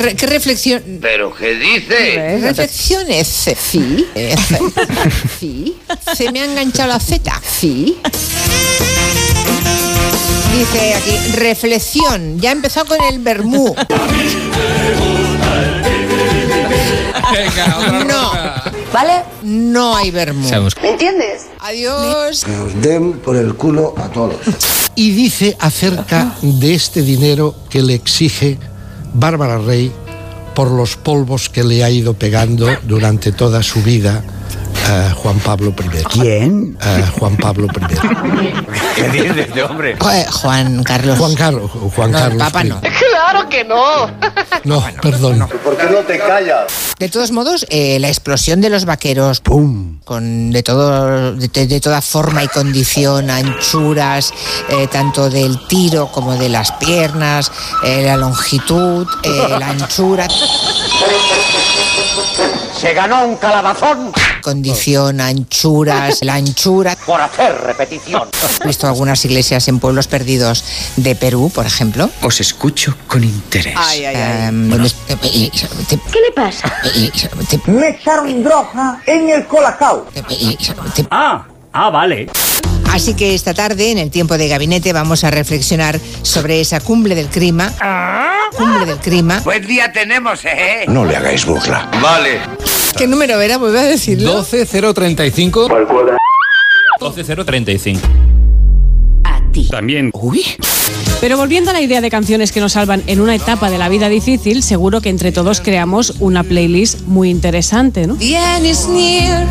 Re- ¿Qué reflexión? ¿Pero qué dice? Reflexiones. Sí. Sí. Se me ha enganchado la Z. Sí. Dice aquí, reflexión. Ya empezó con el vermú. Venga, otra No. ronda. ¿Vale? No hay vermú. ¿Me entiendes? Adiós. Que os den por el culo a todos. y dice acerca de este dinero que le exige Bárbara Rey por los polvos que le ha ido pegando durante toda su vida a Juan Pablo I. ¿Quién? A Juan Pablo I. ¿Qué dice este hombre? Eh, Juan Carlos. Juan Carlos. Juan No, el Carlos Papa I. no. No, perdón. ¿Por qué no te callas? De todos modos, eh, la explosión de los vaqueros, ¡pum! Con de, todo, de, de toda forma y condición, anchuras, eh, tanto del tiro como de las piernas, eh, la longitud, eh, la anchura, Se ganó un calabazón condición, anchuras, la anchura. por hacer repetición. He visto algunas iglesias en pueblos perdidos de Perú, por ejemplo. Os escucho con interés. Em, donde- eh, eh, te- ¿Qué le pasa? eh, eh, te- Me echaron droga en el colacao. eh, eh, te- Ah, ah, vale. Así que esta tarde, en el tiempo de gabinete, vamos a reflexionar sobre esa cumbre del clima. Cumbre del clima. Buen día tenemos, ¿eh? No le hagáis burla. Vale. ¿Qué número era? Vuelve a decirlo. 12035. 12035. También. Pero volviendo a la idea de canciones que nos salvan en una etapa de la vida difícil, seguro que entre todos creamos una playlist muy interesante, ¿no? The end is near.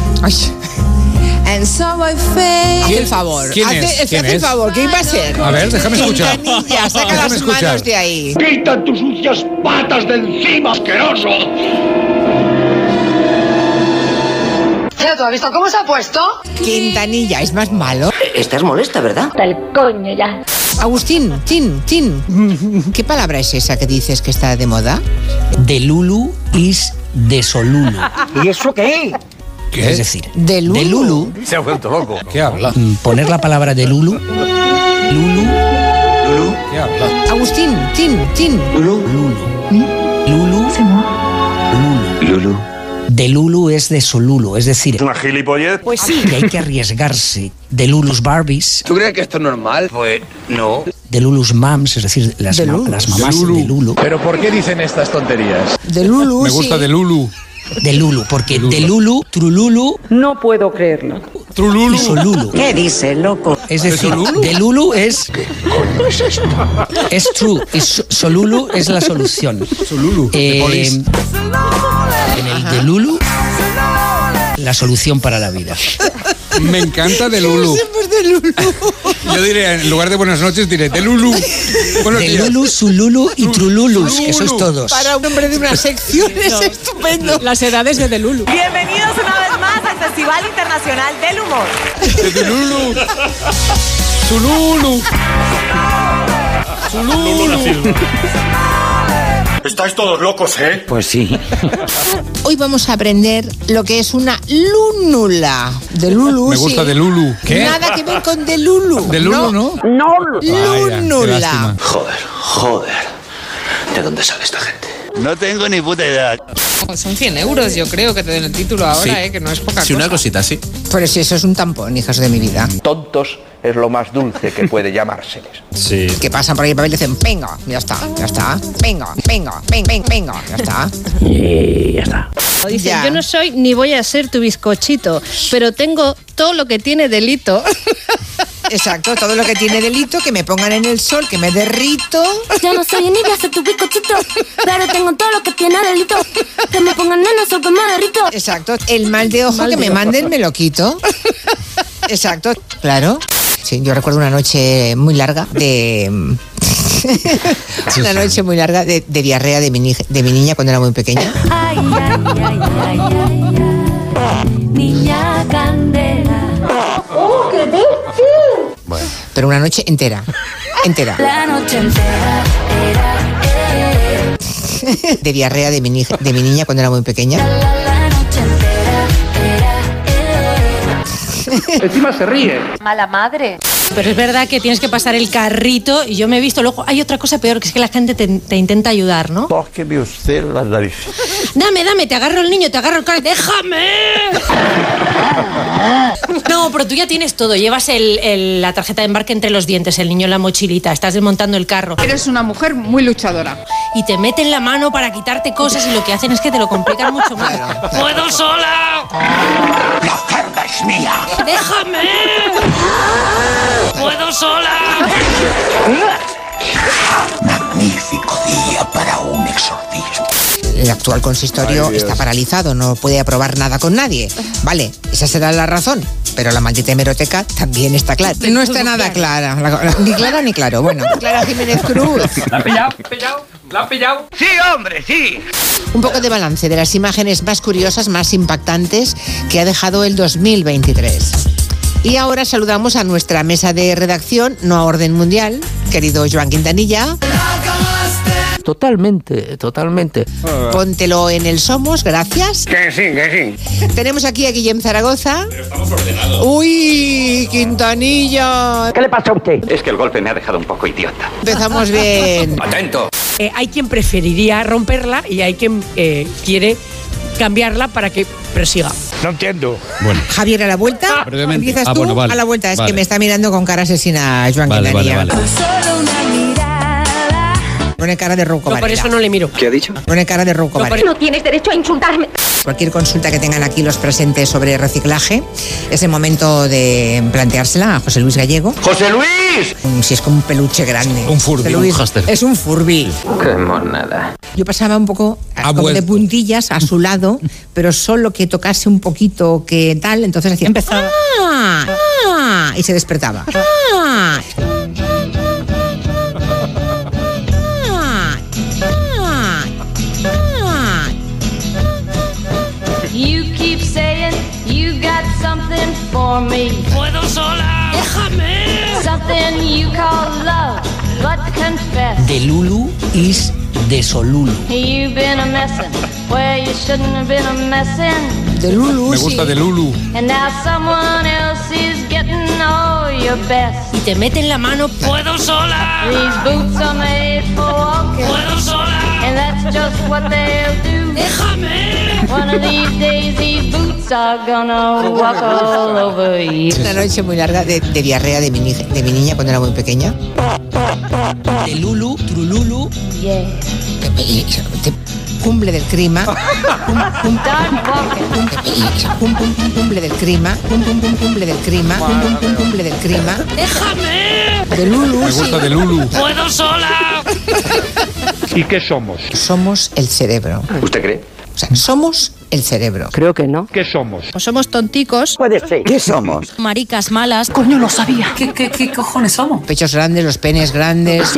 And so I fail. Haz el favor. ¿Quién haz el- es? haz ¿Quién el es? favor. ¿Qué iba a ser? A ver, déjame escuchar. Quintanilla, saca Déjame las escuchar. manos de ahí. ¡Quita tus sucias patas de encima, asqueroso! ¿Tú has visto cómo se ha puesto? Quintanilla, es más malo. Eh, Estás molesta, ¿verdad? Hasta el coño ya. Agustín, tin, tin. ¿Qué palabra es esa que dices que está de moda? De Lulu is de Soluno. ¿Y eso qué? Es decir, De Lulu. de Lulu, Se ha vuelto loco. ¿Qué habla? mm, poner la palabra de Lulu, Lulu, ¿Qué habla? Agustín, tin, tin. Lulu, Lulu, Lulu. Lulu. De Lulu es de Solulo, es decir, ¿Una gilipollez? pues sí. que hay que arriesgarse. De Lulus Barbies, ¿Tú crees que esto es normal? Pues no. de Lulus Mams, es decir, las, ma- las mamás de Lulu. de Lulu. ¿Pero por qué dicen estas tonterías? De Uh, Lulu. Me gusta sí. de Lulu. porque de Lulu, Trululu No puedo creerlo. y Trululu. Solulu. ¿Qué dice, loco? Es decir, Solulu? de Lulu es. ¿Qué coño es esto? Es true. Y so- Solulu es la solución. Solulu. Eh, De Police. en el de Lulu, la solución para la vida. Me encanta de Lulu. Yo diré, en lugar de buenas noches, diré de Lulu. Buenos De días. Lulu, Sululu y Trululus, que sois todos. Para un hombre de una sección es estupendo. Las edades de Delulu. Bienvenidos una vez más al Festival Internacional del Humor. De Lulu. Sululu. Sululu. Estáis todos locos, ¿eh? Pues sí. Hoy vamos a aprender lo que es una lúnula. De Lulu. Me gusta sí. de Lulu. Nada que ver con de Lulu. De Lulu, ¿no? No. Vaya, qué Lúnula. lástima. Joder, joder. ¿De dónde sale esta gente? No tengo ni puta idea. Son 100 euros, yo creo, que te den el título ahora, ¿eh? que no es poca cosa. cosita, sí. Pero si eso es un tampón, hijos de mi vida. Tontos es lo más dulce que puede llamárseles. Sí. Que pasan por ahí el papel y dicen, venga, ya está, ya está, venga, venga, venga, venga, venga, ya está. Dicen, Ya. yo no soy ni voy a ser tu bizcochito, pero tengo todo lo que tiene delito. Exacto, todo lo que tiene delito, que me pongan en el sol, que me derrito. Yo no soy ni voy a ser tu picochito, pero tengo todo lo que tiene delito. Que me pongan nenas o que me derrito. Exacto, el mal de ojo que me manden me lo quito. Exacto, claro. Sí, yo recuerdo una noche muy larga de... una noche muy larga de, de diarrea de mi, ni- de mi niña cuando era muy pequeña. Ay, ay, ay, ay, ay, Niña Candela. ¡Oh, qué Pero una noche entera. Entera. La noche entera era, eh, De diarrea de mi, ni- de mi niña cuando era muy pequeña. la, la noche entera era, eh. Encima se ríe. Mala madre. Pero es verdad que tienes que pasar el carrito y yo me he visto. Luego hay otra cosa peor, que es que la gente te, te intenta ayudar, ¿no? Tóqueme usted las narices. Dame, dame, te agarro el niño, te agarro el carro, déjame. No, pero tú ya tienes todo. Llevas el- el- la tarjeta de embarque entre los dientes, el niño en la mochilita, estás desmontando el carro. Eres una mujer muy luchadora. Y te meten la mano para quitarte cosas y lo que hacen es que te lo complican mucho más. ¡Puedo sola! ¡La carga es mía! ¡Déjame! ¡Puedo sola! Magnífico día para un exorcismo. El actual consistorio Ay, Dios. está paralizado, no puede aprobar nada con nadie. Vale, esa será la razón, pero la maldita hemeroteca también está clara. No está nada clara, la- la- ni clara ni claro. Bueno, Clara Jiménez Cruz. ¿La ha pillado? ¿La ha pillado? ¿La ha pillado? ¡Sí, hombre, sí! Un poco de balance de las imágenes más curiosas, más impactantes que ha dejado el 2023. Y ahora saludamos a nuestra mesa de redacción, no a orden mundial, querido Joan Quintanilla. Totalmente, totalmente. Póntelo en el Somos, gracias. Que sí, que sí. Tenemos aquí a Guillem Zaragoza. Uy, Quintanilla. le pasa a usted? Es que el golpe me ha dejado un poco idiota. Empezamos bien. ¡Atento! Eh, hay quien preferiría romperla y hay quien eh, quiere cambiarla para que prosiga. No entiendo. Bueno. Javier, a la vuelta. Brevemente. Empiezas Ah, tú bueno, vale, a la vuelta. Es vale. que me está mirando con cara asesina Joan Vale, vale, Quintanilla. vale. Pone cara de ronco. No, por eso no le miro. ¿Qué ha dicho? Pone cara de ronco. Varela. tienes derecho a insultarme. Cualquier consulta que tengan aquí los presentes sobre reciclaje, es el momento de planteársela a José Luis Gallego. ¡José Luis! Mm, Si es como un peluche grande. Un Furby, José un Luis hámster. Es un furby. ¡Qué monada! Yo pasaba un poco Ha como vuelto. de puntillas a su lado, pero solo que tocase un poquito que tal, entonces hacía empezaba ¡Ah! ¡Ah! y se despertaba. ¡Ah! ¡Ah! ¡Ah! ¡Ah! You keep saying you got something for me. Puedo sola. Déjame. Something you call love, but confess De Lulu is de Solulu. you've been a messin' where you shouldn't have been a messin'. De Lulu. Me gusta de Lulu. And now someone else is getting all your best. Y te meten la mano. Puedo sola. These boots are made for walking. Puedo sola. And that's just what they'll do. Déjame. One of these days these boots are gonna walk all over you. Una noche muy larga de, de diarrea de mi, ni- de mi niña cuando era muy pequeña. De Lulu, Trululu. Y- y- Cumple del clima. Cum- cum- cum- Cumple del clima. Cum- cum- cum- Cumple del clima. Cum- cum- cum- Cumple del clima. ¡Déjame! De Lulu. Me gusta de Lulu. ¡Puedo sola! ¿Y qué somos? Somos el cerebro. ¿Usted cree? O sea, somos el cerebro. Creo que no. ¿Qué somos? Somos tonticos. Puede ser. ¿Qué somos? Maricas malas. Coño, lo sabía. ¿Qué, qué, qué cojones somos? Pechos grandes, los penes grandes.